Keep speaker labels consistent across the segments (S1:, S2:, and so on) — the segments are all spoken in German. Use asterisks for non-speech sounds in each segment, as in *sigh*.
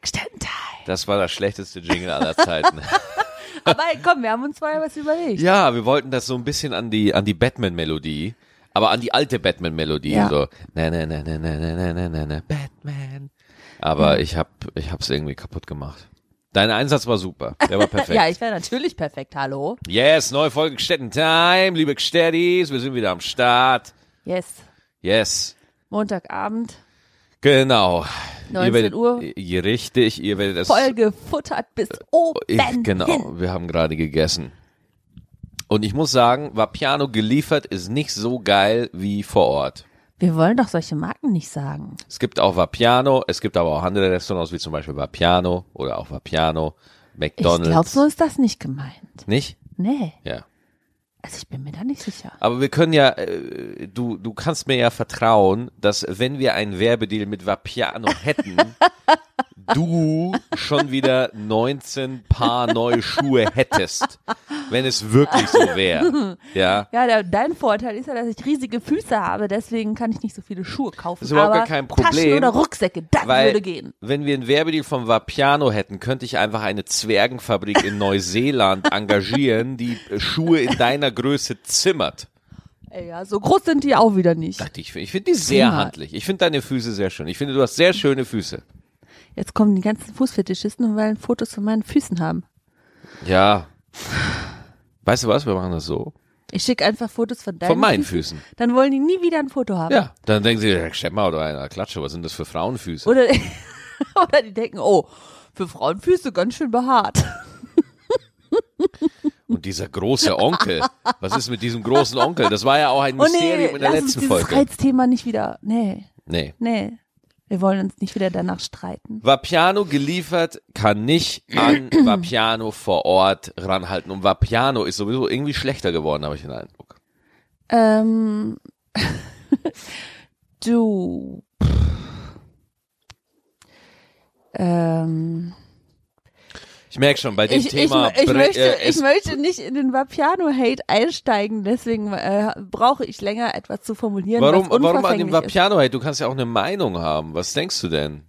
S1: Gestaltenteil.
S2: Das war das schlechteste Jingle aller
S1: *laughs*
S2: Zeiten.
S1: Aber komm, wir haben uns vorher was überlegt.
S2: ja, wir wollten das so ein bisschen an die, an die Batman-Melodie, aber an die alte Batman-Melodie.
S1: Ja.
S2: So. Na, na, na, na, na, na, na, na, na, na, Batman. Aber ich hab, ich hab's irgendwie kaputt gemacht. Dein Einsatz war super. Der
S1: *laughs*
S2: war perfekt.
S1: Ja, ich wäre natürlich perfekt. Hallo.
S2: Yes, neue Folge Gstetten Time, liebe Gsteddies, wir sind wieder am Start.
S1: Yes.
S2: Yes,
S1: Montagabend,
S2: genau.
S1: 19
S2: ihr werdet,
S1: Uhr.
S2: Ihr, richtig, ihr werdet es.
S1: voll gefuttert bis
S2: Ich-
S1: oben. Hin.
S2: genau, wir haben gerade gegessen. Und ich muss sagen, Vapiano geliefert ist nicht so geil wie vor Ort.
S1: Wir wollen doch solche Marken nicht sagen.
S2: Es gibt auch Vapiano, es gibt aber auch andere Restaurants wie zum Beispiel Vapiano oder auch Vapiano,
S1: Ich
S2: McDonalds.
S1: glaube, so ist das nicht gemeint.
S2: Nicht?
S1: Nee.
S2: Ja.
S1: Also ich bin mir da nicht sicher.
S2: Aber wir können ja, äh, du, du kannst mir ja vertrauen, dass wenn wir einen Werbedeal mit Vapiano
S1: *laughs*
S2: hätten, du schon wieder 19 Paar neue Schuhe hättest, wenn es wirklich so
S1: *laughs*
S2: wäre. Ja.
S1: Ja, der, dein Vorteil ist ja, dass ich riesige Füße habe, deswegen kann ich nicht so viele Schuhe kaufen.
S2: Ist überhaupt
S1: Aber
S2: gar kein Problem,
S1: Taschen oder Rucksäcke, das
S2: Weil,
S1: würde gehen.
S2: wenn wir einen Werbedeal von Vapiano hätten, könnte ich einfach eine Zwergenfabrik in Neuseeland engagieren, die äh, Schuhe in deiner Größe zimmert.
S1: Ey, ja, so groß sind die auch wieder nicht.
S2: Ich finde ich find die sehr
S1: Prima.
S2: handlich. Ich finde deine Füße sehr schön. Ich finde, du hast sehr schöne Füße.
S1: Jetzt kommen die ganzen Fußfetischisten und wollen Fotos von meinen Füßen haben.
S2: Ja. Weißt du was? Wir machen das so.
S1: Ich schicke einfach Fotos von deinen
S2: Von meinen Füßen.
S1: Dann wollen die nie wieder ein Foto haben.
S2: Ja. Dann denken sie, ja, stell mal oder einer Klatsche, was sind das für Frauenfüße?
S1: Oder, *laughs* oder die denken, oh, für Frauenfüße ganz schön behaart.
S2: Und dieser große Onkel. Was ist mit diesem großen Onkel? Das war ja auch ein
S1: Oh nee,
S2: *laughs* Mysterium in der
S1: lass uns
S2: letzten
S1: dieses
S2: Folge.
S1: Reizthema nicht wieder. Nee,
S2: Nee.
S1: nee. Wir wollen uns nicht wieder danach streiten.
S2: Vapiano geliefert kann nicht
S1: *clears throat*
S2: an Vapiano vor Ort ranhalten. Und Vapiano ist sowieso irgendwie schlechter geworden, habe ich den Eindruck.
S1: Ähm, *laughs* du. Ähm,
S2: Ich merke schon, bei dem
S1: ich, ich,
S2: Thema
S1: ich,
S2: bre-
S1: möchte,
S2: äh,
S1: ich
S2: es-
S1: möchte nicht in den Vapiano-Hate einsteigen, deswegen äh, brauche ich länger etwas zu formulieren.
S2: Warum,
S1: was
S2: warum an dem
S1: unverfänglich ist.
S2: Vapiano? Hey, du kannst ja auch eine Meinung haben. Was denkst du denn?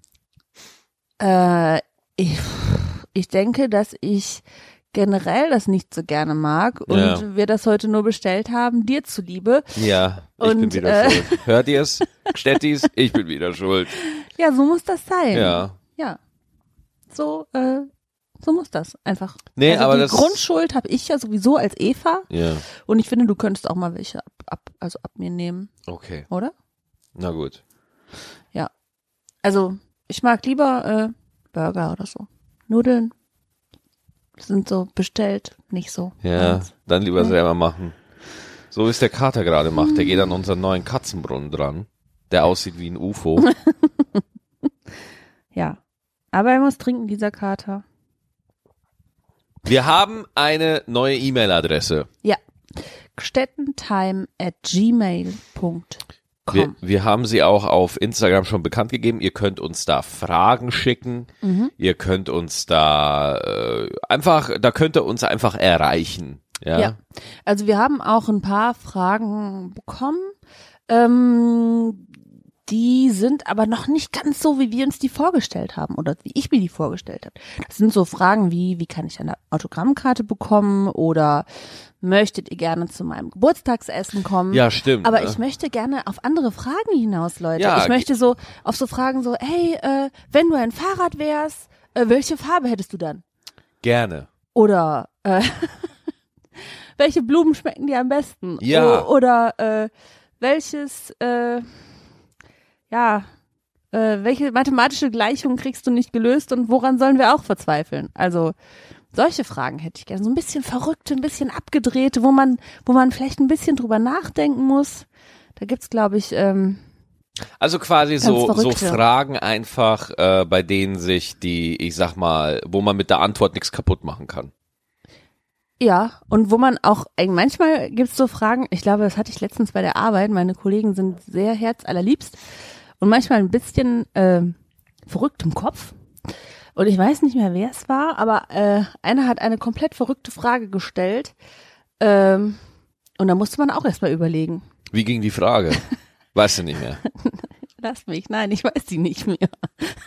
S1: Äh, ich, ich denke, dass ich generell das nicht so gerne mag und
S2: Ja.
S1: wir das heute nur bestellt haben, dir zuliebe.
S2: Ja, ich bin
S1: Und,
S2: wieder
S1: äh, *laughs*
S2: schuld. Hört ihr's? Stettis, ich bin wieder schuld.
S1: Ja, so muss das sein.
S2: Ja.
S1: Ja. So, äh, so muss das einfach.
S2: Nee,
S1: also
S2: aber
S1: die
S2: das-
S1: Grundschuld habe ich ja sowieso als Eva
S2: Ja.
S1: und ich finde, du könntest auch mal welche ab, ab, also ab mir nehmen,
S2: Okay,
S1: oder?
S2: na gut.
S1: Also, ich mag lieber äh, Burger oder so. Nudeln sind so bestellt, nicht so.
S2: Ja,
S1: meins.
S2: dann lieber selber machen. So wie es der Kater gerade macht. Der geht an unseren neuen Katzenbrunnen dran, der aussieht wie ein
S1: *laughs*
S2: UFO.
S1: Ja. Aber er muss trinken, dieser Kater.
S2: Wir haben eine neue E-Mail-Adresse.
S1: Ja. Gstettentime at gmail.com.
S2: Wir, wir haben sie auch auf Instagram schon bekannt gegeben. Ihr könnt uns da Fragen schicken.
S1: Mhm.
S2: Ihr könnt uns da äh, einfach, da könnt ihr uns einfach erreichen. Ja.
S1: Ja. Also wir haben auch ein paar Fragen bekommen. Ähm, die sind aber noch nicht ganz so, wie wir uns die vorgestellt haben oder wie ich mir die vorgestellt habe. Das sind so Fragen wie, wie kann ich eine Autogrammkarte bekommen oder möchtet ihr gerne zu meinem Geburtstagsessen kommen?
S2: Ja, stimmt.
S1: Aber
S2: ne?
S1: ich möchte gerne auf andere Fragen hinaus, Leute.
S2: Ja,
S1: ich möchte so auf so Fragen so, hey, äh, wenn du ein Fahrrad wärst, äh, welche Farbe hättest du dann?
S2: gerne.
S1: Oder äh, *laughs* welche Blumen schmecken dir am besten?
S2: Ja.
S1: O oder äh, welches, äh, ja, äh, welche mathematische Gleichung kriegst du nicht gelöst und woran sollen wir auch verzweifeln? Also solche Fragen hätte ich gerne. So ein bisschen verrückte, ein bisschen abgedrehte, wo man, wo man vielleicht ein bisschen drüber nachdenken muss. Da gibt's, glaube ich, ähm,
S2: Also quasi so, so
S1: verrückt, ja.
S2: Fragen einfach, äh, bei denen sich die, ich sag mal, wo man mit der Antwort nichts kaputt machen kann.
S1: Ja, und wo man auch, ey, manchmal gibt's so Fragen, ich glaube, das hatte ich letztens bei der Arbeit, meine Kollegen sind sehr herzallerliebst und manchmal ein bisschen äh, verrückt im ähm, Kopf. Und ich weiß nicht mehr, wer es war, aber äh, einer hat eine komplett verrückte Frage gestellt. Ähm, und da musste man auch erstmal überlegen.
S2: Wie ging die Frage?
S1: *laughs*
S2: Weißt du nicht mehr.
S1: Lass mich, nein, ich weiß die nicht mehr.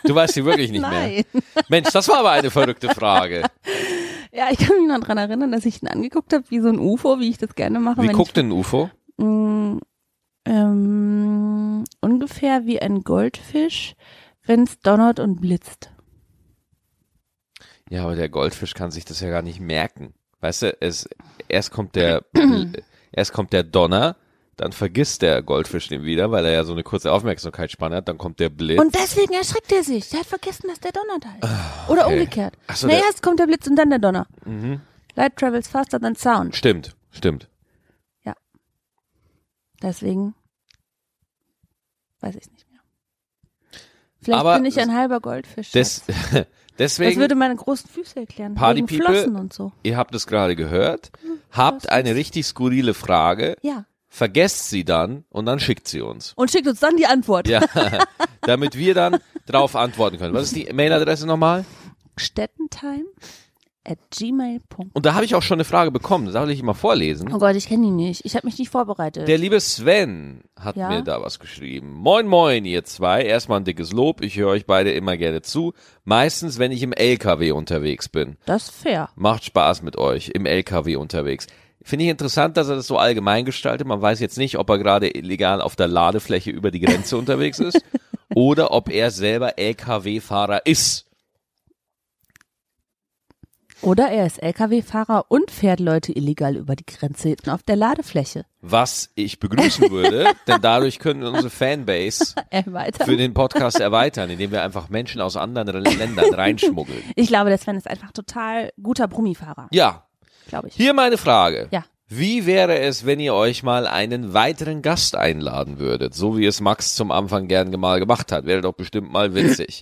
S2: Du weißt sie wirklich nicht mehr.
S1: nein.
S2: Mensch, das war aber eine verrückte
S1: *laughs*
S2: Frage.
S1: Ja, ich kann mich noch dran erinnern, dass ich ihn angeguckt habe, wie so ein UFO, wie ich das gerne mache.
S2: Wie
S1: wenn
S2: guckt denn ein UFO?
S1: ich, mh, ähm, ungefähr wie ein Goldfisch, wenn es donnert und blitzt.
S2: Ja, aber der Goldfisch kann sich das ja gar nicht merken. Weißt du, es, erst kommt
S1: *clears throat*
S2: der, äh, erst kommt der Donner, dann vergisst der Goldfisch den wieder, weil er ja so eine kurze Aufmerksamkeitsspanne hat, dann kommt der Blitz.
S1: Und deswegen erschreckt er sich. Der hat vergessen, dass der Donner da ist. Oder
S2: Ah, okay.
S1: umgekehrt.
S2: Ach so,
S1: Na,
S2: der-
S1: erst kommt der Blitz und dann der Donner.
S2: mhm.
S1: Light travels faster than sound.
S2: Stimmt, stimmt.
S1: Deswegen weiß ich nicht mehr. Vielleicht
S2: Aber
S1: bin ich ein halber Goldfisch.
S2: Des,
S1: Schatz. das
S2: *laughs* deswegen,
S1: würde meine großen Füße erklären.
S2: Party
S1: wegen
S2: People-
S1: Flossen und so.
S2: ihr habt es gerade gehört,
S1: Hm,
S2: habt eine richtig skurrile Frage,
S1: Ja.
S2: vergesst sie dann und dann schickt sie uns.
S1: Und schickt uns dann die Antwort.
S2: Ja, *laughs* damit wir dann drauf antworten können. Was ist die Mailadresse nochmal?
S1: Stettentime at gmail.com.
S2: Und da habe ich auch schon eine Frage bekommen, soll ich mal vorlesen?
S1: Oh Gott, ich kenne ihn nicht. Ich habe mich nicht vorbereitet.
S2: Der liebe Sven hat
S1: Ja?
S2: mir da was geschrieben. Moin, moin, ihr zwei. Erstmal ein dickes Lob. Ich höre euch beide immer gerne zu. Meistens, wenn ich im LKW unterwegs bin.
S1: das ist fair.
S2: Macht Spaß mit euch im LKW unterwegs. Finde ich interessant, dass er das so allgemein gestaltet. Man weiß jetzt nicht, ob er gerade illegal auf der Ladefläche über die Grenze *laughs* unterwegs ist oder ob er selber LKW-Fahrer ist.
S1: Oder er ist LKW-Fahrer und fährt Leute illegal über die Grenze hinten auf der Ladefläche. *laughs*
S2: Was ich begrüßen würde, denn dadurch können wir unsere Fanbase
S1: Er weiter.
S2: für den Podcast erweitern, indem wir einfach Menschen aus anderen Ländern reinschmuggeln.
S1: Ich glaube, der Sven ist einfach total guter Brummifahrer,
S2: Ja,
S1: glaube ich.
S2: hier meine Frage.
S1: Ja.
S2: Wie wäre es, wenn ihr euch mal einen weiteren Gast einladen würdet, so wie es Max zum Anfang gern mal gemacht hat? Wäre doch bestimmt mal
S1: *clears throat*
S2: witzig.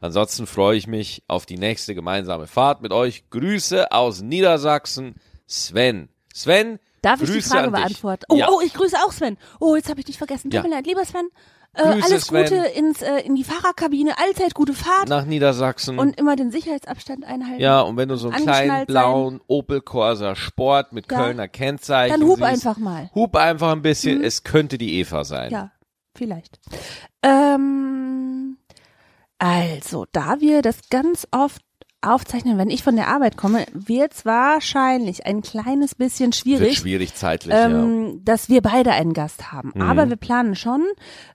S2: Ansonsten freue ich mich auf die nächste gemeinsame Fahrt mit euch. Grüße aus Niedersachsen, Sven. Sven,
S1: Darf ich
S2: Grüße
S1: die Frage
S2: an dich.
S1: beantworten? Oh,
S2: ja.
S1: oh, ich grüße auch Sven. Oh, jetzt habe ich dich vergessen. Tut
S2: Ja.
S1: mir leid, lieber Sven. Äh,
S2: Grüße,
S1: alles
S2: Sven.
S1: Gute ins, äh, in die Fahrerkabine, allzeit gute Fahrt
S2: nach Niedersachsen.
S1: und immer den Sicherheitsabstand einhalten.
S2: ja, und wenn du so einen kleinen
S1: Angeschnallt
S2: blauen Opel Corsa Sport mit
S1: Ja.
S2: Kölner Kennzeichen
S1: Dann hub
S2: siehst,
S1: einfach mal. Mhm.
S2: Hub einfach ein bisschen, es könnte die Eva sein.
S1: Ja, vielleicht. Ähm, also, da wir das ganz oft aufzeichnen, wenn ich von der Arbeit komme, wird es wahrscheinlich ein kleines bisschen
S2: Wird
S1: schwierig,
S2: schwierig zeitlich, ja. Mhm.
S1: ähm, dass wir beide einen Gast haben. Aber wir planen schon,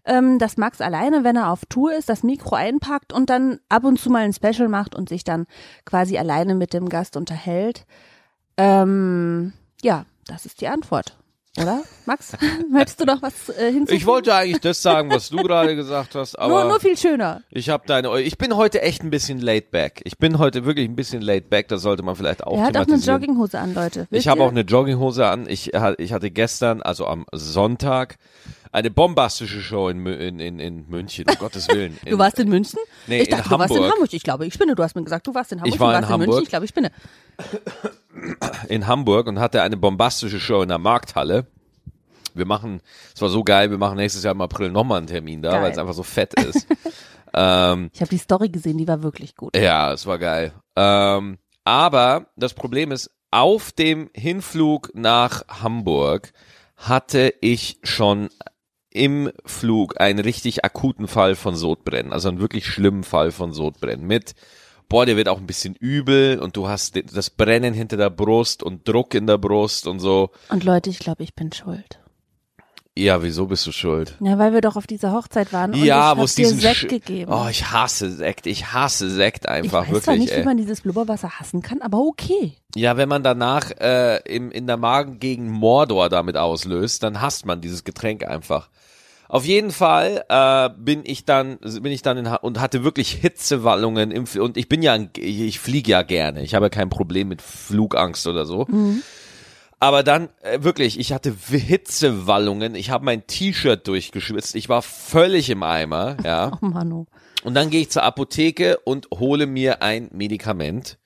S1: ähm, dass Max alleine, wenn er auf Tour ist, das Mikro einpackt und dann ab und zu mal ein Special macht und sich dann quasi alleine mit dem Gast unterhält. Ähm, ja, das ist die Antwort. Oder? Max, *laughs* möchtest du noch was äh, hinzufügen?
S2: Ich wollte eigentlich das sagen, was du gerade gesagt hast, aber
S1: *laughs* nur, nur viel schöner.
S2: ich habe deine. Eu- Ich bin heute echt ein bisschen laid back. Ich bin heute wirklich ein bisschen laid back. Das sollte man vielleicht auch
S1: Er hat auch eine
S2: thematisieren.
S1: Jogginghose an, Leute. Wisst
S2: ich habe
S1: ihr?
S2: auch eine Jogginghose an. Ich, ha- ich hatte gestern, also am Sonntag, eine bombastische Show in, Mü- in, in, in München. Um Gottes Willen. In,
S1: *laughs* Du warst in München?
S2: Nee,
S1: ich dachte,
S2: in
S1: du warst in
S2: Hamburg.
S1: Hamburg. Ich glaube, ich spinne. Du hast mir gesagt, du warst in Hamburg.
S2: Ich war
S1: du
S2: in
S1: warst in, München.
S2: Hamburg.
S1: Ich glaube, ich spinne.
S2: in Hamburg und hatte eine bombastische Show in der Markthalle. Wir machen, es war so geil, wir machen nächstes Jahr im April nochmal einen Termin da,
S1: Geil.
S2: weil es einfach so fett
S1: *laughs*
S2: ist. ähm,
S1: Ich habe die Story gesehen, die war wirklich gut.
S2: Ja, es war geil. Ähm, aber das Problem ist, auf dem Hinflug nach Hamburg hatte ich schon im Flug einen richtig akuten Fall von Sodbrennen, also einen wirklich schlimmen Fall von Sodbrennen mit Boah, dir wird auch ein bisschen übel und du hast den- das Brennen hinter der Brust und Druck in der Brust und so.
S1: Und Leute, ich glaube, ich bin schuld.
S2: Ja, wieso bist du schuld?
S1: Ja, weil wir doch auf dieser Hochzeit waren und
S2: ja,
S1: ich
S2: wo
S1: habe
S2: es
S1: dir
S2: diesen
S1: Sekt
S2: Sch-
S1: gegeben.
S2: Oh, ich hasse Sekt. Ich hasse Sekt
S1: ich
S2: einfach
S1: weiß
S2: wirklich.
S1: zwar nicht,
S2: ey.
S1: wie man dieses Blubberwasser hassen kann, aber okay.
S2: Ja, wenn man danach äh, im, in der Magen gegen Mordor damit auslöst, dann hasst man dieses Getränk einfach. Auf jeden Fall äh, bin ich dann bin ich dann in, Ha- und hatte wirklich Hitzewallungen im, Fl- und ich bin ja ein, ich fliege ja gerne. Ich habe ja kein Problem mit Flugangst oder so. Aber dann äh, wirklich, ich hatte W- Hitzewallungen. Ich habe mein T-Shirt durchgeschwitzt. Ich war völlig im Eimer, ja.
S1: Oh Manu.
S2: Und dann gehe ich zur Apotheke und hole mir ein Medikament.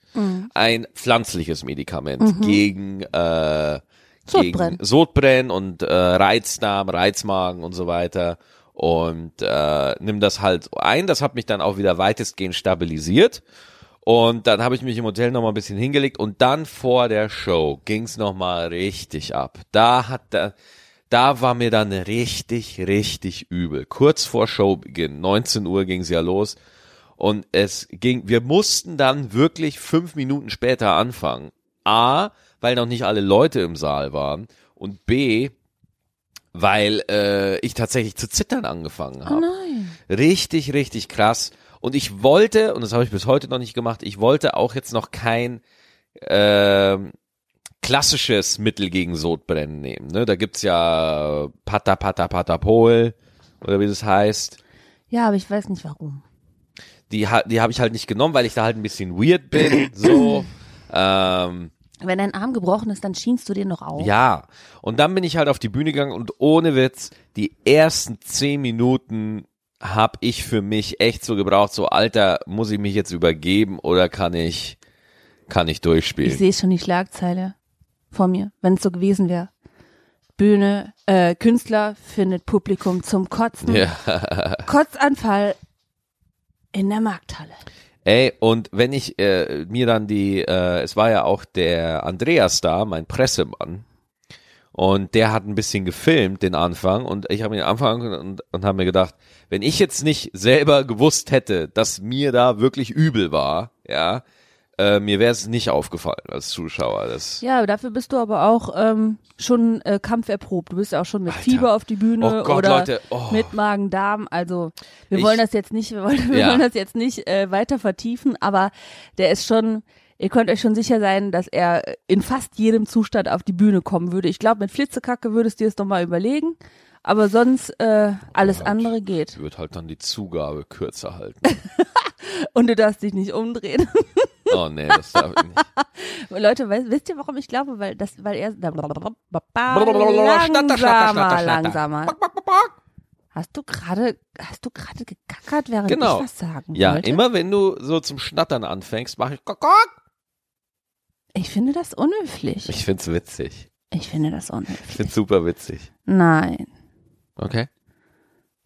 S2: Ein pflanzliches Medikament gegen, äh,
S1: Sodbrennen.
S2: gegen Sodbrennen und äh, Reizdarm, Reizmagen und so weiter. Und äh, nimm das halt ein. Das hat mich dann auch wieder weitestgehend stabilisiert. Und dann habe ich mich im Hotel nochmal ein bisschen hingelegt und dann vor der Show ging's noch nochmal richtig ab. Da hat da, da war mir dann richtig, richtig übel. Kurz vor Showbeginn, 19 Uhr ging's ja los. Und es ging, wir mussten dann wirklich fünf Minuten später anfangen. A, weil noch nicht alle Leute im Saal waren. Und B, weil äh, ich tatsächlich zu zittern angefangen habe.
S1: Oh, Nein.
S2: Richtig, richtig krass. Und ich wollte, und das habe ich bis heute noch nicht gemacht, ich wollte auch jetzt noch kein ähm, klassisches Mittel gegen Sodbrennen nehmen. Ne? Da gibt's ja Pata Pata Patapol oder wie das heißt.
S1: Ja, aber ich weiß nicht warum.
S2: Die, ha- die habe ich halt nicht genommen, weil ich da halt ein bisschen weird bin. So. Ähm,
S1: Wenn dein Arm gebrochen ist, dann schienst du den noch auf.
S2: Ja, und dann bin ich halt auf die Bühne gegangen und ohne Witz, die ersten zehn Minuten hab ich für mich echt so gebraucht, so Alter, muss ich mich jetzt übergeben oder kann ich, kann ich
S1: Ich
S2: durchspielen?
S1: sehe schon die Schlagzeile vor mir, wenn es so gewesen wäre. Bühne, äh, Künstler findet Publikum zum Kotzen.
S2: Ja.
S1: Kotzanfall in der Markthalle.
S2: Ey, und wenn ich äh, mir dann die, äh, es war ja auch der Andreas da, mein Pressemann, und der hat ein bisschen gefilmt den Anfang und ich habe mir den Anfang angeguckt und, und habe mir gedacht, wenn ich jetzt nicht selber gewusst hätte, dass mir da wirklich übel war, ja, äh, mir wäre es nicht aufgefallen als Zuschauer. Das,
S1: Ja, dafür bist du aber auch ähm, schon äh, kampferprobt. Du bist ja auch schon mit
S2: Alter.
S1: Fieber auf die Bühne
S2: Oh Gott,
S1: oder
S2: Leute, oh.
S1: mit Magen-Darm. Also wir
S2: Ich-
S1: wollen das jetzt nicht, wir wollen, *laughs* wir
S2: Ja.
S1: wollen das jetzt nicht äh, weiter vertiefen, aber der ist schon. Ihr könnt euch schon sicher sein, dass er in fast jedem Zustand auf die Bühne kommen würde. Ich glaube, mit Flitzekacke würdest du dir es nochmal überlegen. Aber sonst äh, alles
S2: Oh Gott.
S1: andere geht.
S2: wird halt dann die Zugabe kürzer halten.
S1: Und du darfst dich nicht umdrehen.
S2: Oh nee, das darf ich nicht.
S1: Leute, weißt, wisst ihr, warum ich glaube? Weil das, weil er
S2: Schnatter, schnatter, schnatter,
S1: langsamer,
S2: schnatter.
S1: langsamer. Hast du gerade, hast du gerade gekackert, während
S2: Genau.
S1: ich was sagen
S2: Ja,
S1: wollte?
S2: immer wenn du so zum Schnattern anfängst, mache ich Kokok.
S1: Ich finde das unhöflich.
S2: Ich find's witzig.
S1: Ich finde das
S2: Ich
S1: unhöflich.
S2: find's super witzig.
S1: Nein,
S2: Okay.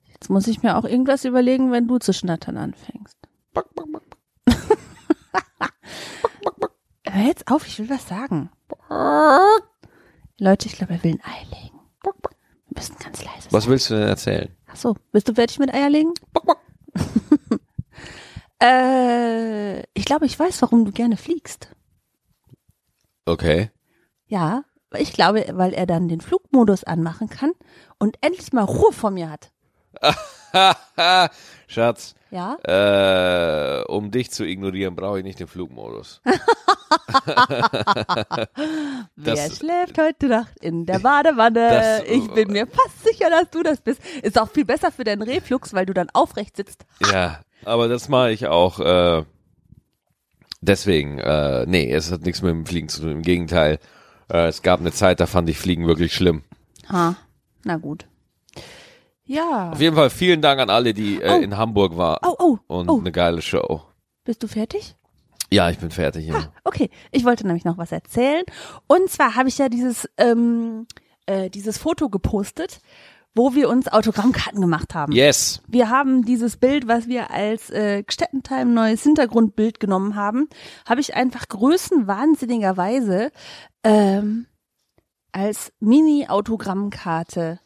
S1: jetzt muss ich mir auch irgendwas überlegen, wenn du zu schnattern anfängst. Hör jetzt auf, ich will was sagen. Leute, ich glaube, er will ein Ei legen. Wir müssen ganz leise sein.
S2: Was willst du denn erzählen?
S1: Ach so, bist du fertig mit Eierlegen? *laughs* äh, ich glaube, ich weiß, warum du gerne fliegst.
S2: Okay.
S1: Ja, ich glaube, weil er dann den Flugmodus anmachen kann und endlich mal Ruhe vor mir hat.
S2: *laughs* Schatz,
S1: Ja?
S2: äh, um dich zu ignorieren, brauche ich nicht den Flugmodus.
S1: Wer
S2: Das-
S1: schläft heute Nacht in der Badewanne?
S2: Das- äh,
S1: ich bin mir fast sicher, dass du das bist. Ist auch viel besser für deinen Reflux, weil du dann aufrecht sitzt.
S2: *laughs* Ja, aber das mache ich auch. Äh, deswegen, äh, nee, es hat nichts mit dem Fliegen zu tun. Im Gegenteil, äh, es gab eine Zeit, da fand ich Fliegen wirklich schlimm.
S1: Ha, na gut. Ja.
S2: Auf jeden Fall vielen Dank an alle, die äh,
S1: Oh.
S2: in Hamburg waren
S1: Oh, oh,
S2: und
S1: oh.
S2: eine geile Show.
S1: Bist du fertig?
S2: Ja, ich bin fertig. Ja.
S1: Okay, ich wollte nämlich noch was erzählen. Und zwar habe ich ja dieses, ähm, äh, dieses Foto gepostet, wo wir uns Autogrammkarten gemacht haben.
S2: Yes.
S1: Wir haben dieses Bild, was wir als äh, Gstettentime neues Hintergrundbild genommen haben, habe ich einfach größenwahnsinnigerweise ähm, als Mini-Autogrammkarte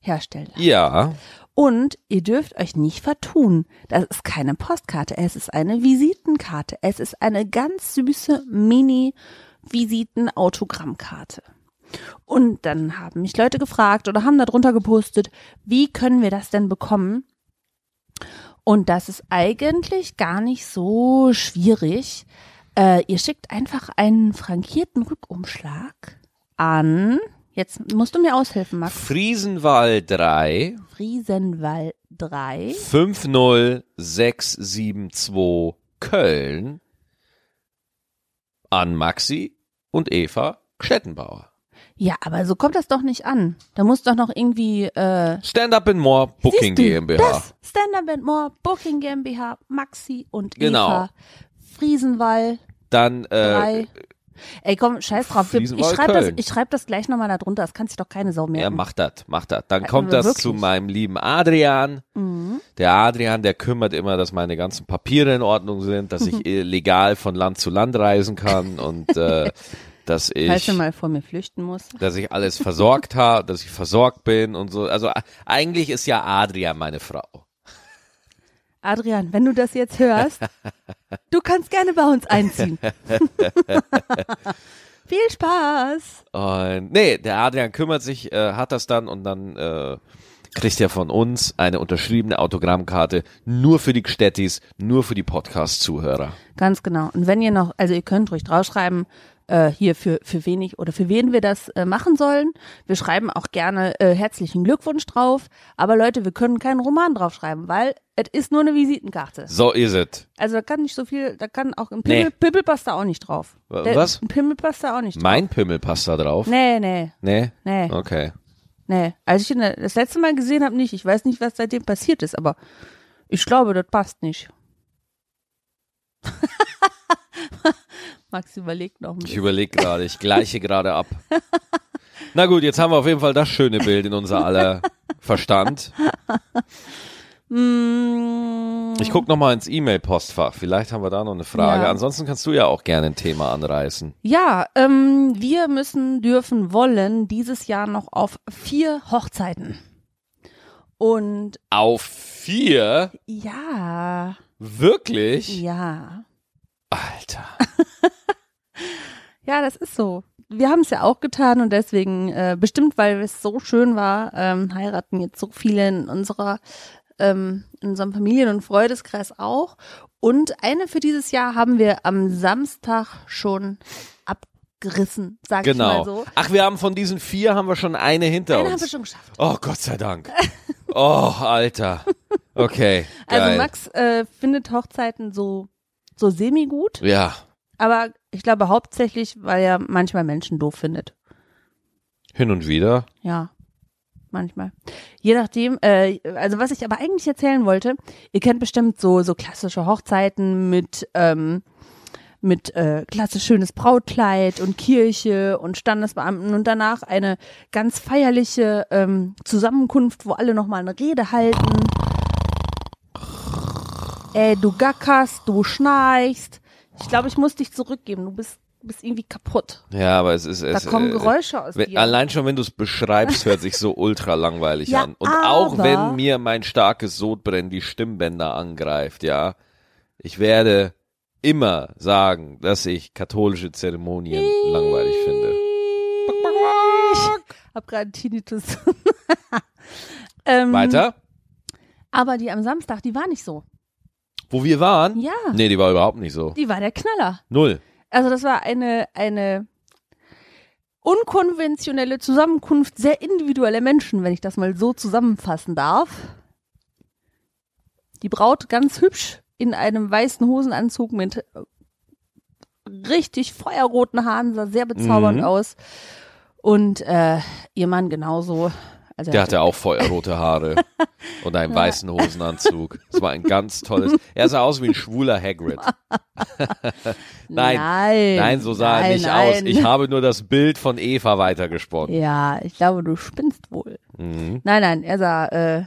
S1: herstellen. lassen.
S2: Ja.
S1: Und ihr dürft euch nicht vertun. Das ist keine Postkarte, es ist eine Visitenkarte. Es ist eine ganz süße Mini-Visiten-Autogrammkarte. Und dann haben mich Leute gefragt oder haben darunter gepostet, wie können wir das denn bekommen? Und das ist eigentlich gar nicht so schwierig. Äh, ihr schickt einfach einen frankierten Rückumschlag an. Jetzt musst du mir aushelfen, Max.
S2: Friesenwahl 3
S1: Friesenwall 3.
S2: 50672 Köln an Maxi und Eva Stettenbauer.
S1: Ja, aber so kommt das doch nicht an. Da muss doch noch irgendwie äh,
S2: Stand Up in More Booking
S1: siehst du,
S2: GmbH.
S1: Das Stand Up More, Booking GmbH, Maxi und
S2: Genau.
S1: Eva. Friesenwall
S2: Dann äh,
S1: 3. Ey, komm, scheiß drauf. Wir- Ich
S2: Fliesenwahl
S1: schreibe das,
S2: Köln.
S1: ich schreib das gleich nochmal da drunter. Das kann sich doch keine Sau
S2: Ja,
S1: merken.
S2: macht das, macht das. Dann
S1: Ja,
S2: kommt das zu
S1: wirklich.
S2: meinem lieben Adrian.
S1: Mhm.
S2: Der Adrian, der kümmert immer, dass meine ganzen Papiere in Ordnung sind, dass
S1: *laughs*
S2: ich eh legal von Land zu Land reisen kann und
S1: *laughs*
S2: äh, dass
S1: Falls
S2: ich
S1: du mal vor mir flüchten musst.
S2: dass ich alles versorgt habe, dass ich versorgt bin und so. Also a- eigentlich ist ja Adria meine Frau.
S1: Adrian, wenn du das
S2: *laughs*
S1: jetzt hörst, du kannst gerne bei uns einziehen. *laughs* Viel Spaß.
S2: Und nee, der Adrian kümmert sich, äh, hat das dann und dann äh, kriegt er von uns eine unterschriebene Autogrammkarte nur für die Gstettis, nur für die Podcast-Zuhörer.
S1: Ganz genau. Und wenn ihr noch, also ihr könnt ruhig draufschreiben, äh, hier für, für wenig oder für wen wir das äh, machen sollen. Wir schreiben auch gerne äh, herzlichen Glückwunsch drauf. Aber Leute, wir können keinen Roman draufschreiben, weil es ist nur eine Visitenkarte.
S2: So ist es.
S1: Also da kann nicht so viel, da kann auch ein
S2: Nee.
S1: Pimmel, Pimmel passt da auch nicht drauf.
S2: Wa-
S1: Der-
S2: was?
S1: Ein Pimmel passt da auch nicht drauf.
S2: Mein Pimmel passt da drauf.
S1: Nee, nee,
S2: Nee?
S1: nee,
S2: Okay.
S1: nee. Als ich ihn äh, das letzte Mal gesehen habe, nicht. Ich weiß nicht, was seitdem passiert ist, aber ich glaube, das passt nicht. *laughs* Max überlegt noch ein
S2: Ich
S1: bisschen.
S2: überlege gerade, ich gleiche gerade
S1: *laughs*
S2: ab. Na gut, jetzt haben wir auf jeden Fall das schöne Bild in unser aller Verstand.
S1: Mm,
S2: Ich guck noch mal ins E-Mail-Postfach. Vielleicht haben wir da noch eine Frage.
S1: Ja.
S2: Ansonsten kannst du ja auch gerne ein Thema anreißen.
S1: ja, ähm, wir müssen, dürfen, wollen dieses Jahr noch auf vier Hochzeiten. Und
S2: Auf vier?
S1: ja, Mhm.
S2: Wirklich?
S1: ja.
S2: Alter.
S1: Ja, das ist so. Wir haben es ja auch getan und deswegen, äh, bestimmt weil es so schön war, ähm, heiraten jetzt so viele in unserer, ähm, in unserem Familien- und Freundeskreis auch. Und eine für dieses Jahr haben wir am Samstag schon abgerissen, sag ich mal
S2: Genau.
S1: so.
S2: Ach, wir haben von diesen vier haben wir schon eine hinter
S1: Eine haben wir
S2: uns.
S1: schon geschafft.
S2: Oh, Gott sei Dank. Oh, Alter. Okay. Geil.
S1: *laughs* Also Max äh, findet Hochzeiten so, so semi gut,
S2: Ja.
S1: aber ich glaube hauptsächlich, weil er manchmal Menschen doof findet.
S2: Hin und wieder.
S1: Ja, manchmal. Je nachdem, äh, also was ich aber eigentlich erzählen wollte, ihr kennt bestimmt so, so klassische Hochzeiten mit, ähm, mit äh, klassisch schönes Brautkleid und Kirche und Standesbeamten und danach eine ganz feierliche ähm, Zusammenkunft, wo alle nochmal eine Rede halten. Ey, du gackerst, du schnarchst. Ich glaube, ich muss dich zurückgeben. Du bist, bist irgendwie kaputt.
S2: Ja, aber es ist
S1: Da
S2: es.
S1: kommen
S2: äh,
S1: Geräusche aus
S2: Wenn,
S1: dir.
S2: allein schon, wenn du es beschreibst, hört sich
S1: *laughs*
S2: so ultra langweilig
S1: Ja,
S2: an. Und auch
S1: aber-
S2: wenn mir mein starkes Sodbrennen die Stimmbänder angreift, ja, ich werde immer sagen, dass ich katholische Zeremonien langweilig finde.
S1: Ich hab gerade einen Tinnitus. *laughs* ähm,
S2: Weiter?
S1: Aber die am Samstag, die war nicht so.
S2: Wo wir waren?
S1: Ja,
S2: Nee, die war überhaupt nicht so.
S1: die war der Knaller.
S2: Null.
S1: Also das war eine, eine unkonventionelle Zusammenkunft sehr individueller Menschen, wenn ich das mal so zusammenfassen darf. Die Braut ganz hübsch in einem weißen Hosenanzug mit richtig feuerroten Haaren, sah sehr bezaubernd
S2: Mhm.
S1: aus. Und äh, ihr Mann genauso. Also
S2: Der hatte auch feuerrote
S1: *laughs*
S2: Haare und einen weißen Hosenanzug. Das war ein ganz tolles. Er sah aus wie ein schwuler Hagrid. Nein.
S1: nein,
S2: Nein, so sah
S1: nein,
S2: er nicht
S1: nein.
S2: aus. Ich habe nur das Bild von Eva weitergesponnen.
S1: ja, ich glaube, du spinnst wohl.
S2: Mhm.
S1: Nein, nein, er sah, äh,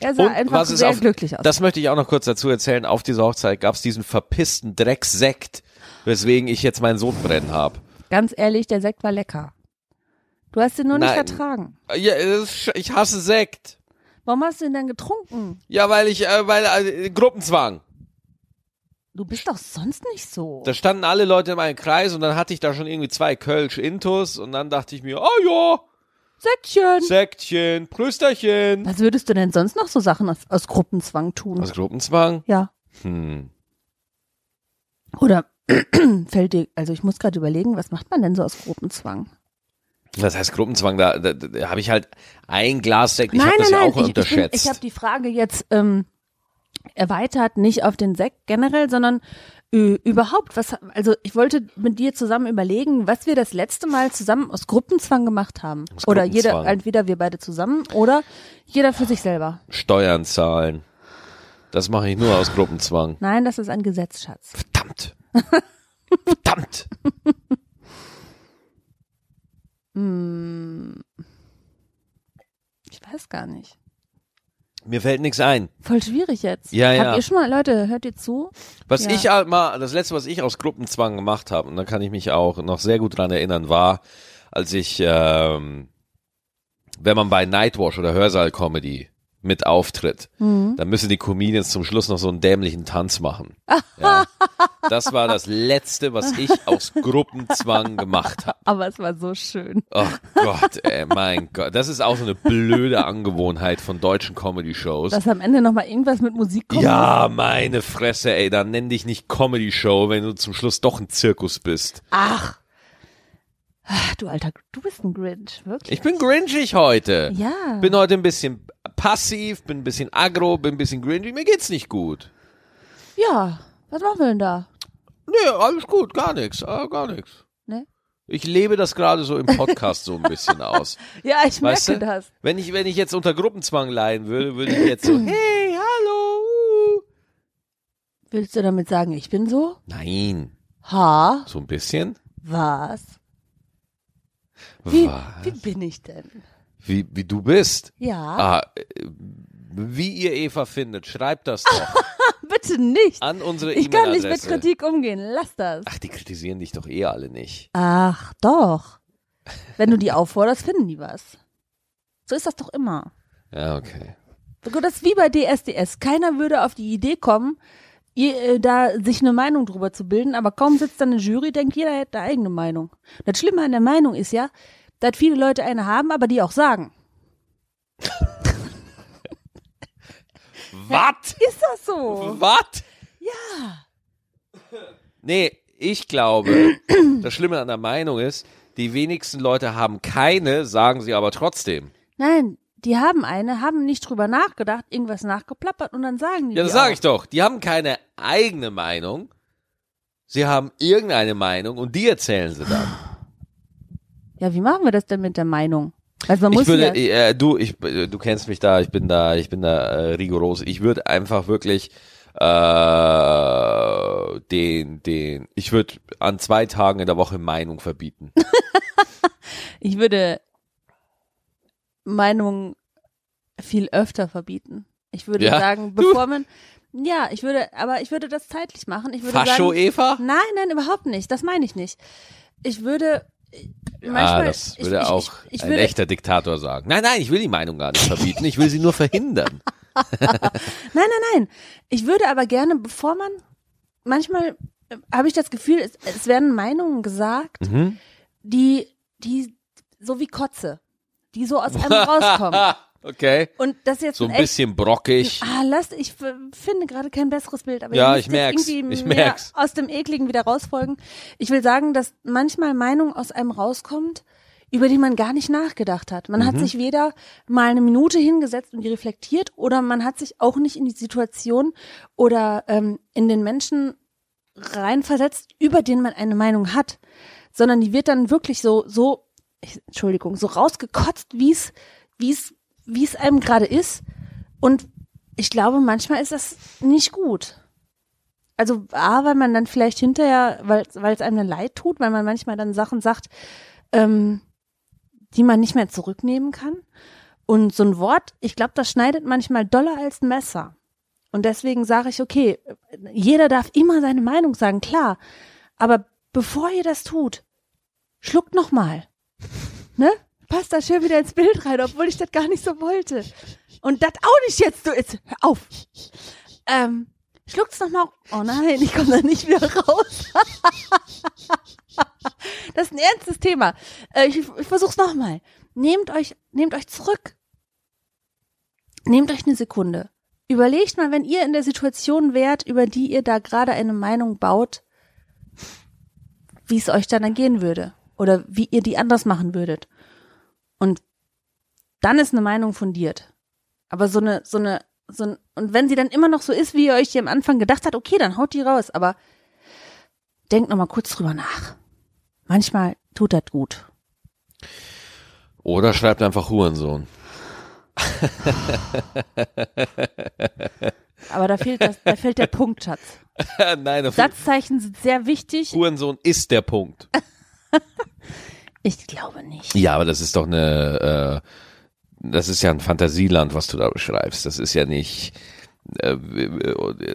S1: er sah
S2: Und
S1: einfach
S2: was ist
S1: sehr
S2: auf-
S1: glücklich aus.
S2: Das möchte ich auch noch kurz dazu erzählen. Auf dieser Hochzeit gab es diesen verpissten Drecksekt, weswegen ich jetzt meinen Sohn brennen habe.
S1: Ganz ehrlich, der Sekt war lecker. Du hast ihn nur nicht
S2: Nein.
S1: vertragen.
S2: Ja, es ist sch- ich hasse Sekt.
S1: Warum hast du ihn dann getrunken?
S2: Ja, weil ich, äh, weil äh, Gruppenzwang.
S1: Du bist doch sonst nicht so.
S2: Da standen alle Leute in meinem Kreis und dann hatte ich da schon irgendwie zwei Kölsch Intus und dann dachte ich mir, oh ja,
S1: Sektchen.
S2: Sektchen, Prösterchen.
S1: Was würdest du denn sonst noch so Sachen aus, aus Gruppenzwang tun?
S2: Was Gruppenzwang?
S1: ja.
S2: Also- Hm.
S1: Oder *clears throat* fällt dir, also ich muss gerade überlegen, was macht man denn so aus Gruppenzwang?
S2: Was heißt Gruppenzwang? Da, da, da habe ich halt ein Glas Sekt. Ich
S1: nein,
S2: habe das
S1: nein,
S2: ja
S1: nein.
S2: auch
S1: ich, ich, bin-
S2: unterschätzt.
S1: ich habe die Frage jetzt ähm, erweitert, nicht auf den Sekt generell, sondern äh, überhaupt. Was, also ich wollte mit dir zusammen überlegen, was wir das letzte Mal zusammen aus Gruppenzwang gemacht haben.
S2: Aus
S1: Oder
S2: Gruppenzwang.
S1: jeder, entweder wir beide zusammen oder jeder für sich selber.
S2: Steuern zahlen. Das mache ich nur aus Gruppenzwang.
S1: Nein, das ist ein Gesetz, Schatz.
S2: Verdammt. Verdammt.
S1: gar nicht.
S2: Mir fällt nichts ein.
S1: Voll schwierig jetzt.
S2: Ja, ja.
S1: Habt ihr schon mal, Leute, hört ihr zu?
S2: Was
S1: Ja.
S2: ich halt mal, das letzte, was ich aus Gruppenzwang gemacht habe, und da kann ich mich auch noch sehr gut dran erinnern, war, als ich, ähm, wenn man bei Nightwash oder Hörsaal-Comedy mit auftritt, dann müssen die Comedians zum Schluss noch so einen dämlichen Tanz machen. Ja. Das war das letzte, was ich aus Gruppenzwang gemacht habe.
S1: Aber es war so schön.
S2: Oh Gott, ey, mein Gott. Das ist auch so eine blöde Angewohnheit von deutschen Comedy-Shows.
S1: Dass am Ende nochmal irgendwas mit Musik kommt.
S2: Ja, meine Fresse, ey, dann nenn dich nicht Comedy Show, wenn du zum Schluss doch ein Zirkus bist.
S1: Ach. Ach, Du alter, du bist ein Grinch, wirklich.
S2: Ich bin grinchig heute.
S1: Ja.
S2: Bin heute ein bisschen passiv, bin ein bisschen aggro, bin ein bisschen grinchig. Mir geht's nicht gut.
S1: Ja. Was machen wir denn da?
S2: Nee, alles gut, gar nichts, gar nichts.
S1: Ne?
S2: Ich lebe das gerade so im Podcast so ein
S1: *laughs*
S2: bisschen aus.
S1: Ja, ich
S2: Weißt
S1: merke
S2: du?
S1: das.
S2: Wenn ich, wenn ich jetzt unter Gruppenzwang leiden würde, würde ich jetzt so,
S1: *laughs*
S2: hey, hallo. uh.
S1: Willst du damit sagen, ich bin so?
S2: Nein,
S1: Ha?
S2: so ein bisschen.
S1: Was? Wie,
S2: Was?
S1: wie bin ich denn?
S2: Wie, wie du bist.
S1: Ja.
S2: Ah, äh, wie ihr Eva findet, schreibt das doch
S1: *laughs* Bitte nicht.
S2: an unsere
S1: Ich kann nicht mit
S2: Ah, E-Mail-Adresse.
S1: Kritik umgehen. Lass das.
S2: Ach, die kritisieren dich doch eh alle nicht.
S1: Ach, doch. Wenn du die aufforderst, finden die was. So ist das doch immer.
S2: Ja, okay.
S1: Gut, Das ist wie bei DSDS. Keiner würde auf die Idee kommen, ihr, äh, da sich eine Meinung drüber zu bilden, aber kaum sitzt dann eine Jury, denkt jeder hätte eine eigene Meinung. Das Schlimme an der Meinung ist ja, dass viele Leute eine haben, aber die auch sagen.
S2: Was?
S1: Ist das so?
S2: Was?
S1: Ja.
S2: Nee, ich glaube, das Schlimme an der Meinung ist, die wenigsten Leute haben keine, sagen sie aber trotzdem.
S1: Nein, die haben eine, haben nicht drüber nachgedacht, irgendwas nachgeplappert und dann sagen die.
S2: Ja, das
S1: die
S2: sage
S1: auch.
S2: ich doch. Die haben keine eigene Meinung. Sie haben irgendeine Meinung und die erzählen sie dann.
S1: Ja, wie machen wir das denn mit der Meinung? Also man muss
S2: ich würde,
S1: ja,
S2: äh, du, ich, äh, du kennst mich da, ich bin da, ich bin da äh, rigoros. Ich würde einfach wirklich äh, den, den, ich würde an zwei Tagen in der Woche Meinung verbieten.
S1: ich würde Meinungen viel öfter verbieten. Ich würde
S2: Ja?
S1: sagen,
S2: Du-
S1: bevor man, ja, ich würde, aber ich würde das zeitlich machen. Ich würde
S2: Fascho eh?
S1: sagen,
S2: Eva?
S1: nein, nein, überhaupt nicht. Das meine ich nicht. Ich würde äh,
S2: Ja,
S1: manchmal,
S2: Ah, das
S1: ich-
S2: würde
S1: ich,
S2: auch
S1: ich, ich,
S2: ein
S1: würde,
S2: echter Diktator sagen. Nein, nein, ich will die Meinung gar nicht verbieten. Ich will sie nur *laughs* verhindern.
S1: Nein, nein, nein. Ich würde aber gerne, bevor man, manchmal äh, habe ich das Gefühl, es, es werden Meinungen gesagt,
S2: Mhm.
S1: die, die so wie Kotze, die so aus
S2: *laughs*
S1: einem rauskommen.
S2: okay.
S1: Und das ist jetzt
S2: So ein
S1: echt,
S2: bisschen brockig.
S1: Ah, lass, ich f- finde gerade kein besseres Bild, aber
S2: Ja,
S1: ihr müsst
S2: ich
S1: jetzt
S2: merk's,
S1: irgendwie
S2: ich
S1: mehr
S2: merk's.
S1: aus dem Ekligen wieder rausfolgen. Ich will sagen, dass manchmal Meinung aus einem rauskommt, über die man gar nicht nachgedacht hat. Man hat
S2: Mhm.
S1: sich weder mal eine Minute hingesetzt und die reflektiert oder man hat sich auch nicht in die Situation oder ähm, in den Menschen reinversetzt, über den man eine Meinung hat, sondern die wird dann wirklich so, so, ich- Entschuldigung, so rausgekotzt, wie es, wie es, wie es einem gerade ist. Und ich glaube, manchmal ist das nicht gut. Also, A, weil man dann vielleicht hinterher, weil weil es einem dann leid tut, weil man manchmal dann Sachen sagt, ähm, die man nicht mehr zurücknehmen kann. Und so ein Wort, ich glaube, das schneidet manchmal doller als ein Messer. Und deswegen sage ich, okay, jeder darf immer seine Meinung sagen, klar. Aber bevor ihr das tut, schluckt nochmal. Ne? Passt da schön wieder ins Bild rein, obwohl ich das gar nicht so wollte. Und das auch nicht jetzt, du jetzt, hör auf. Ähm, schluckt's nochmal. Oh nein, ich komme da nicht wieder raus. *laughs* das ist ein ernstes Thema. Äh, ich, ich versuch's nochmal. Nehmt euch, nehmt euch zurück. Nehmt euch eine Sekunde. Überlegt mal, wenn ihr in der Situation wärt, über die ihr da gerade eine Meinung baut, wie es euch dann ergehen würde oder wie ihr die anders machen würdet. Und dann ist eine Meinung fundiert. Aber so eine, so eine, so ein, und wenn sie dann immer noch so ist, wie ihr euch die am Anfang gedacht habt, okay, dann haut die raus, aber denkt nochmal kurz drüber nach. Manchmal tut das gut.
S2: Oder schreibt einfach Hurensohn.
S1: Aber da fehlt das, da fehlt der Punkt, Schatz.
S2: *laughs* nein, auf jeden
S1: Satzzeichen sind sehr wichtig.
S2: Hurensohn ist der Punkt.
S1: Ich glaube nicht.
S2: Ja, aber das ist doch eine, äh, das ist ja ein Fantasieland, was du da beschreibst. Das ist ja nicht äh,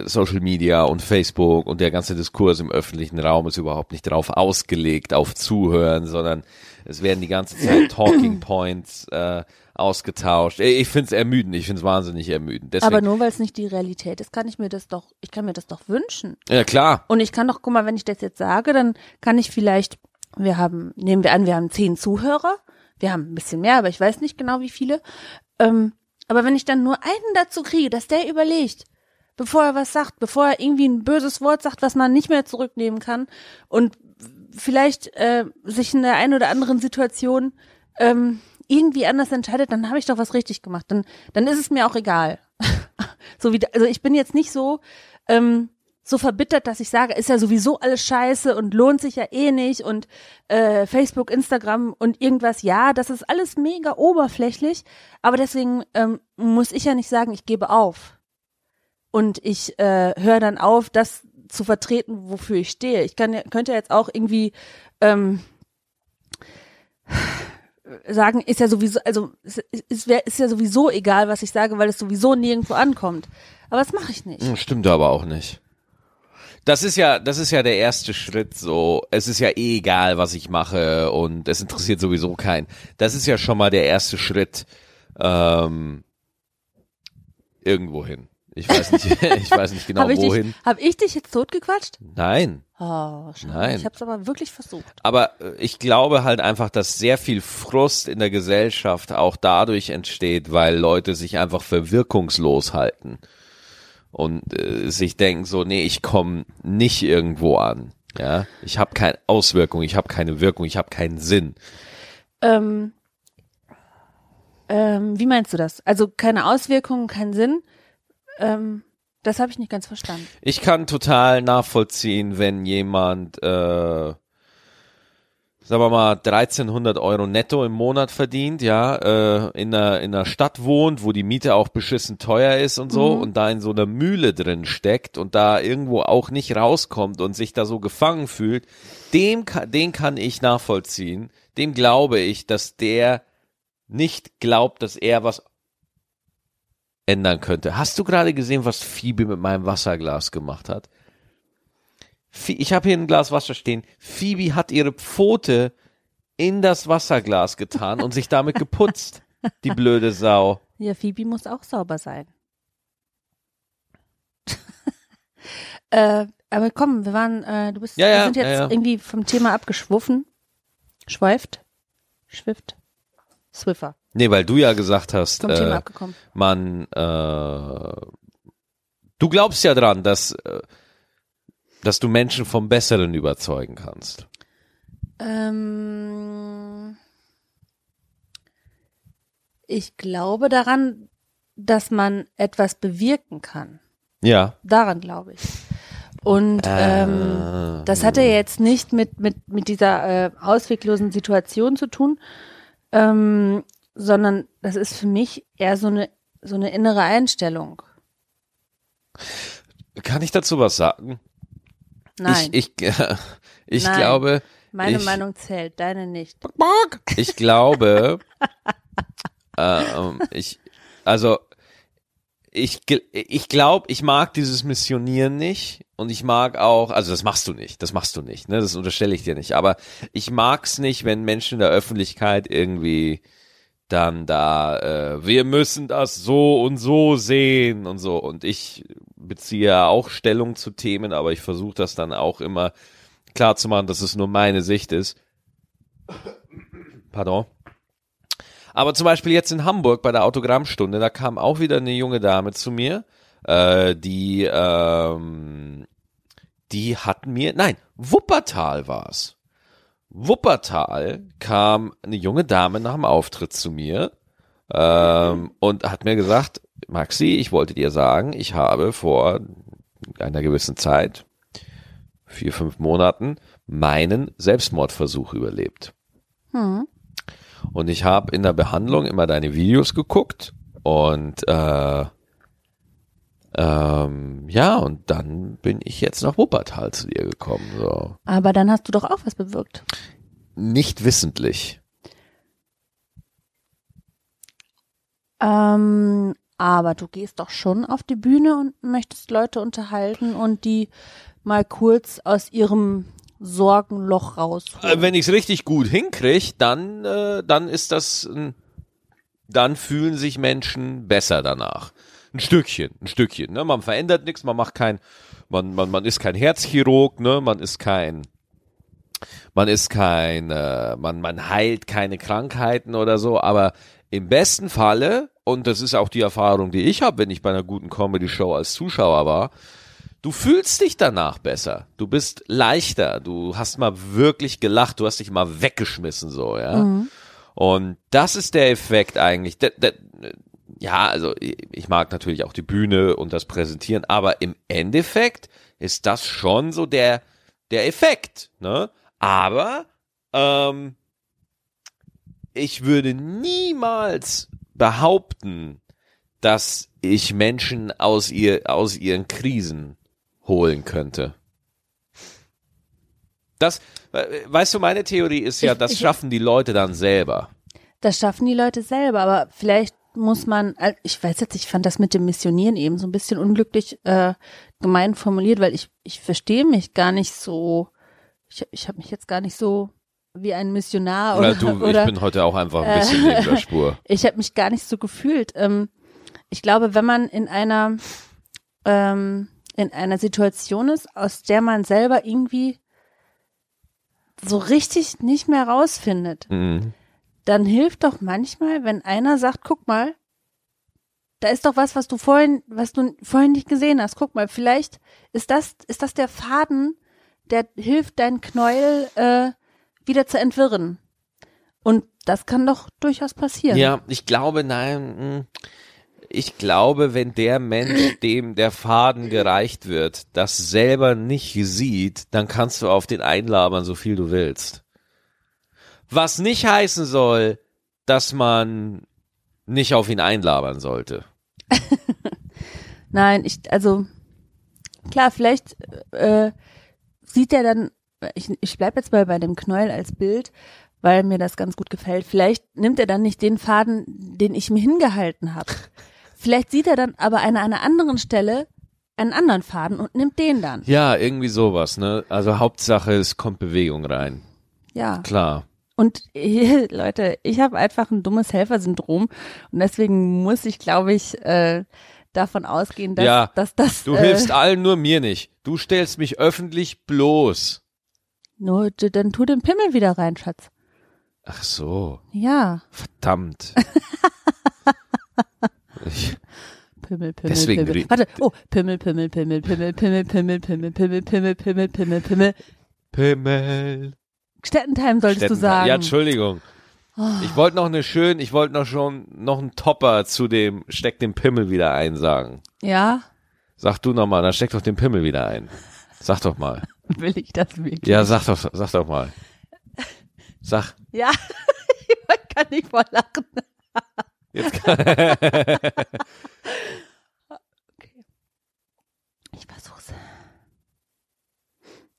S2: Social Media und Facebook und der ganze Diskurs im öffentlichen Raum ist überhaupt nicht drauf ausgelegt, auf Zuhören, sondern es werden die ganze Zeit Talking Points äh, ausgetauscht. Ich ich find's ermüdend, ich find's wahnsinnig ermüdend.
S1: Aber
S2: Deswegen,
S1: nur weil es nicht die Realität ist, kann ich mir das doch, ich kann mir das doch wünschen.
S2: ja klar,
S1: Und ich kann doch, guck mal, wenn ich das jetzt sage, dann kann ich vielleicht, wir haben, nehmen wir an, wir haben zehn Zuhörer, wir haben ein bisschen mehr, aber ich weiß nicht genau, wie viele. Ähm, aber wenn ich dann nur einen dazu kriege, dass der überlegt, bevor er was sagt, bevor er irgendwie ein böses Wort sagt, was man nicht mehr zurücknehmen kann und vielleicht äh, sich in der einen oder anderen Situation ähm, irgendwie anders entscheidet, dann habe ich doch was richtig gemacht. Dann, dann ist es mir auch egal. *laughs* so wie, also ich bin jetzt nicht so, ähm, so verbittert, dass ich sage, ist ja sowieso alles scheiße und lohnt sich ja eh nicht und äh, Facebook, Instagram und irgendwas, ja, das ist alles mega oberflächlich, aber deswegen ähm, muss ich ja nicht sagen, ich gebe auf. Und ich äh, höre dann auf, das zu vertreten, wofür ich stehe. Ich kann, ja- könnte ja jetzt auch irgendwie ähm, sagen, ist ja sowieso, also es, es wär, ist ja sowieso egal, was ich sage, weil es sowieso nirgendwo ankommt. Aber das mache ich nicht.
S2: Hm, stimmt aber auch nicht. Das ist ja, das ist ja der erste Schritt so. Es ist ja eh egal, was ich mache und es interessiert sowieso keinen. Das ist ja schon mal der erste Schritt ähm, irgendwo hin. Ich weiß nicht, *laughs* ich weiß nicht genau
S1: Habe ich,
S2: wohin.
S1: dich- hab ich dich jetzt totgequatscht?
S2: Nein.
S1: Oh, schade.
S2: Nein.
S1: Ich habe es aber wirklich versucht.
S2: Aber äh, ich glaube halt einfach, dass sehr viel Frust in der Gesellschaft auch dadurch entsteht, weil Leute sich einfach für wirkungslos halten und äh, sich denken so, nee, ich komme nicht irgendwo an. Ja, ich habe keine Auswirkung, ich habe keine Wirkung, ich habe keinen Sinn.
S1: Ähm, ähm, wie meinst du das? Also keine Auswirkungen, keinen Sinn. Ähm, das habe ich nicht ganz verstanden.
S2: Ich kann total nachvollziehen, wenn jemand, äh, sagen wir mal, 1300 Euro netto im Monat verdient, ja, äh, in, einer, in einer Stadt wohnt, wo die Miete auch beschissen teuer ist und so und da in so einer Mühle drin steckt und da irgendwo auch nicht rauskommt und sich da so gefangen fühlt, dem, ka- den kann ich nachvollziehen. Dem glaube ich, dass der nicht glaubt, dass er was ändern könnte. Hast du gerade gesehen, was Phoebe mit meinem Wasserglas gemacht hat? Phi- Ich habe hier ein Glas Wasser stehen. Phoebe hat ihre Pfote in das Wasserglas getan und sich damit geputzt. Die blöde Sau.
S1: Ja, Phoebe muss auch sauber sein. *laughs* äh, aber komm, wir waren, äh, du bist,
S2: Ja, ja,
S1: wir sind jetzt
S2: ja, ja.
S1: irgendwie vom Thema abgeschwuffen. Schweift. Schwift. Swiffer.
S2: Nee, weil du ja gesagt hast,
S1: Vom Thema
S2: äh,
S1: abgekommen.
S2: man, äh, du glaubst ja dran, dass, äh, dass du Menschen vom Besseren überzeugen kannst.
S1: Ähm, ich glaube daran, dass man etwas bewirken kann.
S2: Ja.
S1: Daran glaube ich. Und
S2: Ah.
S1: ähm, das hatte jetzt nicht mit, mit, mit dieser äh, ausweglosen Situation zu tun, ähm, sondern das ist für mich eher so eine, so eine innere Einstellung.
S2: Kann ich dazu was sagen?
S1: Nein,
S2: Ich, *laughs* ich, ich
S1: Nein.
S2: glaube.
S1: meine
S2: ich,
S1: Meinung zählt, deine nicht.
S2: Ich glaube, ähm, ich, also, ich, gl- ich glaube, ich mag dieses Missionieren nicht und ich mag auch, also das machst du nicht, das machst du nicht, ne, das unterstelle ich dir nicht, aber ich mag's nicht, wenn Menschen in der Öffentlichkeit irgendwie dann da, äh, wir müssen das so und so sehen und so und ich beziehe ja auch Stellung zu Themen, aber ich versuche das dann auch immer klar zu machen, dass es nur meine Sicht ist. Pardon. Aber zum Beispiel jetzt in Hamburg bei der Autogrammstunde, da kam auch wieder eine junge Dame zu mir, äh, die, ähm, die hat mir, nein, Wuppertal war's. Wuppertal kam eine junge Dame nach dem Auftritt zu mir ähm, und hat mir gesagt, Maxi, ich wollte dir sagen, ich habe vor einer gewissen Zeit, vier, fünf Monaten, meinen Selbstmordversuch überlebt.
S1: Hm.
S2: Und ich habe in der Behandlung immer deine Videos geguckt und äh, ähm, ja, und dann bin ich jetzt nach Wuppertal zu dir gekommen. So.
S1: Aber dann hast du doch auch was bewirkt.
S2: Nicht wissentlich.
S1: Ähm, aber du gehst doch schon auf die Bühne und möchtest Leute unterhalten und die mal kurz aus ihrem Sorgenloch
S2: Äh,
S1: rausholen.
S2: wenn ich es richtig gut hinkriege, dann, äh, dann ist das, ein- dann fühlen sich Menschen besser danach. Ein Stückchen, ein Stückchen. Ne? Man verändert nichts, man macht kein, man, man, man ist kein Herzchirurg, ne? man ist kein, man ist kein, äh, man, man heilt keine Krankheiten oder so, aber im besten Falle, und das ist auch die Erfahrung, die ich habe, wenn ich bei einer guten Comedy-Show als Zuschauer war, Du fühlst dich danach besser. Du bist leichter. Du hast mal wirklich gelacht. Du hast dich mal weggeschmissen, so, ja.
S1: Mhm.
S2: Und das ist der Effekt eigentlich. Da- da- ja, also ich ich mag natürlich auch die Bühne und das Präsentieren, aber im Endeffekt ist das schon so der, der Effekt, ne? Aber, ähm, ich würde niemals behaupten, dass ich Menschen aus ihr aus ihren Krisen holen könnte. Das we- weißt du, meine Theorie ist ja,
S1: Ich-
S2: das
S1: ich-
S2: schaffen die Leute dann selber.
S1: Das schaffen die Leute selber, aber vielleicht muss man, also ich weiß jetzt, ich fand das mit dem Missionieren eben so ein bisschen unglücklich äh, gemein formuliert, weil ich, ich verstehe mich gar nicht so, ich, ich habe mich jetzt gar nicht so wie ein Missionar oder,
S2: Oder du,
S1: oder
S2: ich bin heute auch einfach ein bisschen
S1: Äh,
S2: neben der Spur.
S1: ich habe mich gar nicht so gefühlt. Ähm, ich glaube, wenn man in einer ähm, in einer Situation ist, aus der man selber irgendwie so richtig nicht mehr rausfindet,
S2: Mhm.
S1: dann hilft doch manchmal, wenn einer sagt, guck mal, da ist doch was, was du vorhin, was du vorhin nicht gesehen hast. Guck mal, vielleicht ist das, ist das der Faden, der hilft, deinen Knäuel äh, wieder zu entwirren. Und das kann doch durchaus passieren.
S2: Ja, ich glaube, nein. mh. Ich glaube, wenn der Mensch, dem der Faden gereicht wird, das selber nicht sieht, dann kannst du auf den einlabern, so viel du willst. Was nicht heißen soll, dass man nicht auf ihn einlabern sollte.
S1: Nein, ich, also klar, vielleicht äh, sieht er dann, ich, ich bleib jetzt mal bei dem Knäuel als Bild, weil mir das ganz gut gefällt. Vielleicht nimmt er dann nicht den Faden, den ich mir hingehalten habe. Vielleicht sieht er dann aber an einer anderen Stelle einen anderen Faden und nimmt den dann.
S2: Ja, irgendwie sowas, ne? Also Hauptsache, es kommt Bewegung rein.
S1: Ja.
S2: Klar.
S1: Und *laughs* äh, Leute, ich habe einfach ein dummes Helfersyndrom und deswegen muss ich, glaube ich, äh, davon ausgehen, dass,
S2: Ja,
S1: dass das
S2: Du
S1: äh,
S2: hilfst allen, nur mir nicht. Du stellst mich öffentlich bloß.
S1: Nur, d- dann tu den Pimmel wieder rein, Schatz.
S2: Ach so.
S1: Ja, *laughs*
S2: Verdammt. Ich,
S1: Pimmel, Pimmel,
S2: Deswegen
S1: Pimmel.
S2: red-
S1: Warte, oh, Pimmel, Pimmel, Pimmel, Pimmel, Pimmel, Pimmel, Pimmel, Pimmel, Pimmel, Pimmel, Pimmel, Pimmel.
S2: Pimmel.
S1: Städtentheim solltest du sagen. Ah.
S2: Ja, Entschuldigung. Ich wollte noch eine schön, ich wollte noch schon noch einen Topper zu dem steck den Pimmel wieder ein sagen.
S1: Ja,
S2: Sag du nochmal, dann steck doch den Pimmel wieder ein. Sag doch mal.
S1: will ich das wirklich?
S2: Ja, sag doch, sag doch mal. Sag.
S1: Ja, *laughs* ich kann nicht vor lachen.
S2: Jetzt kann,
S1: Ich versuch's.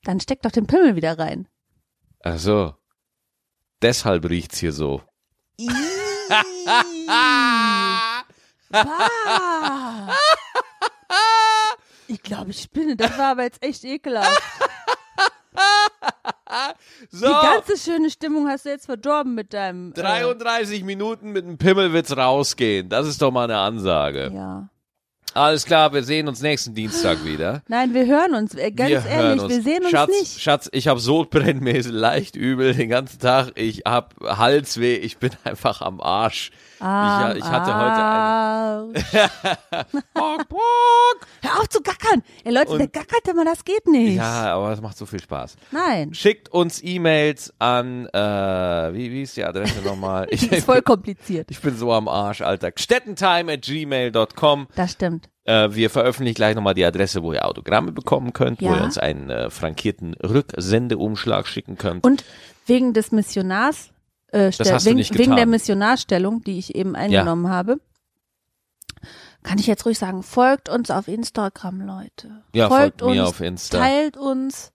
S1: Dann steck doch den Pimmel
S2: *laughs*
S1: wieder rein.
S2: ach so. Deshalb riecht's hier so.
S1: Bah. Ich glaube, ich spinne. Das war aber jetzt echt ekelhaft.
S2: So.
S1: Die ganze schöne Stimmung hast du jetzt verdorben mit deinem. äh,
S2: 33 Minuten mit einem Pimmelwitz rausgehen. Das ist doch mal eine Ansage.
S1: Ja.
S2: Alles klar, wir sehen uns nächsten Dienstag wieder.
S1: Nein, wir hören uns. Äh, Ganz
S2: wir hören
S1: ehrlich,
S2: uns.
S1: wir sehen uns
S2: Schatz,
S1: nicht.
S2: Schatz, ich habe Sodbrennmäßig leicht übel den ganzen Tag. Ich hab Halsweh, ich bin *laughs* einfach am Arsch.
S1: Am
S2: ich, ich hatte heute eine.
S1: Arsch.
S2: Bock, bock.
S1: Hör auf zu gackern. Ey, Leute,
S2: Und-
S1: der gackert immer, das geht
S2: *laughs*
S1: nicht.
S2: Ja, aber es macht so viel Spaß. *laughs*
S1: Nein.
S2: Schickt uns E-Mails an, äh, wie, wie ist die Adresse
S1: *laughs*
S2: nochmal? Ich,
S1: Das ist voll kompliziert.
S2: ich bin so am Arsch, Alter. Stettentime at gmail.com.
S1: Das stimmt.
S2: Äh, wir veröffentlichen gleich nochmal die Adresse, wo ihr Autogramme bekommen könnt, wo
S1: Ja.
S2: ihr uns einen äh, frankierten Rücksendeumschlag schicken könnt.
S1: Und wegen des Missionars, äh, stell-
S2: hast du
S1: wegen,
S2: nicht getan.
S1: wegen der Missionarstellung, die ich eben eingenommen habe, kann ich jetzt ruhig sagen, folgt uns auf Instagram, Leute.
S2: ja, folgt,
S1: folgt
S2: mir
S1: uns,
S2: auf Insta.
S1: Teilt uns,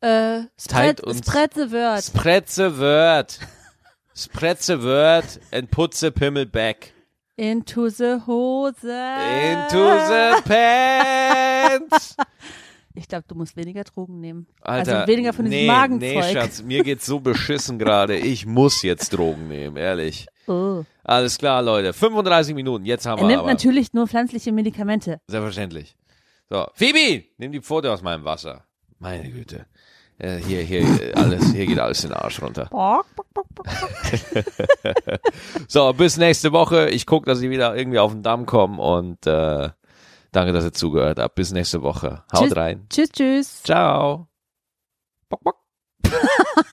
S1: äh,
S2: Teilt
S1: spread,
S2: uns.
S1: spread the word.
S2: Spretze Word. Spretze Word and putze Pimmel back.
S1: Into the Hose.
S2: Into
S1: Ah.
S2: the Pants.
S1: Ich glaube, du musst weniger Drogen nehmen.
S2: Alter,
S1: also weniger von diesem
S2: nee,
S1: Magenzeug.
S2: Nee, Schatz, mir geht's so beschissen gerade. Ich muss jetzt Drogen nehmen, ehrlich.
S1: oh.
S2: Alles klar, Leute. 35 Minuten, jetzt haben
S1: Er
S2: wir
S1: nimmt
S2: aber.
S1: natürlich nur pflanzliche Medikamente.
S2: Selbstverständlich. So, Phoebe, nimm die Pfote aus meinem Wasser. Meine Güte. Äh, hier, hier, äh, alles, hier geht alles in den Arsch runter. So, bis nächste Woche. Ich gucke, dass ich wieder irgendwie auf den Damm komme und äh, danke, dass ihr zugehört habt. Bis nächste Woche. Haut
S1: Tschüss.
S2: rein.
S1: Tschüss, tschüss.
S2: Ciao. Bock, bock.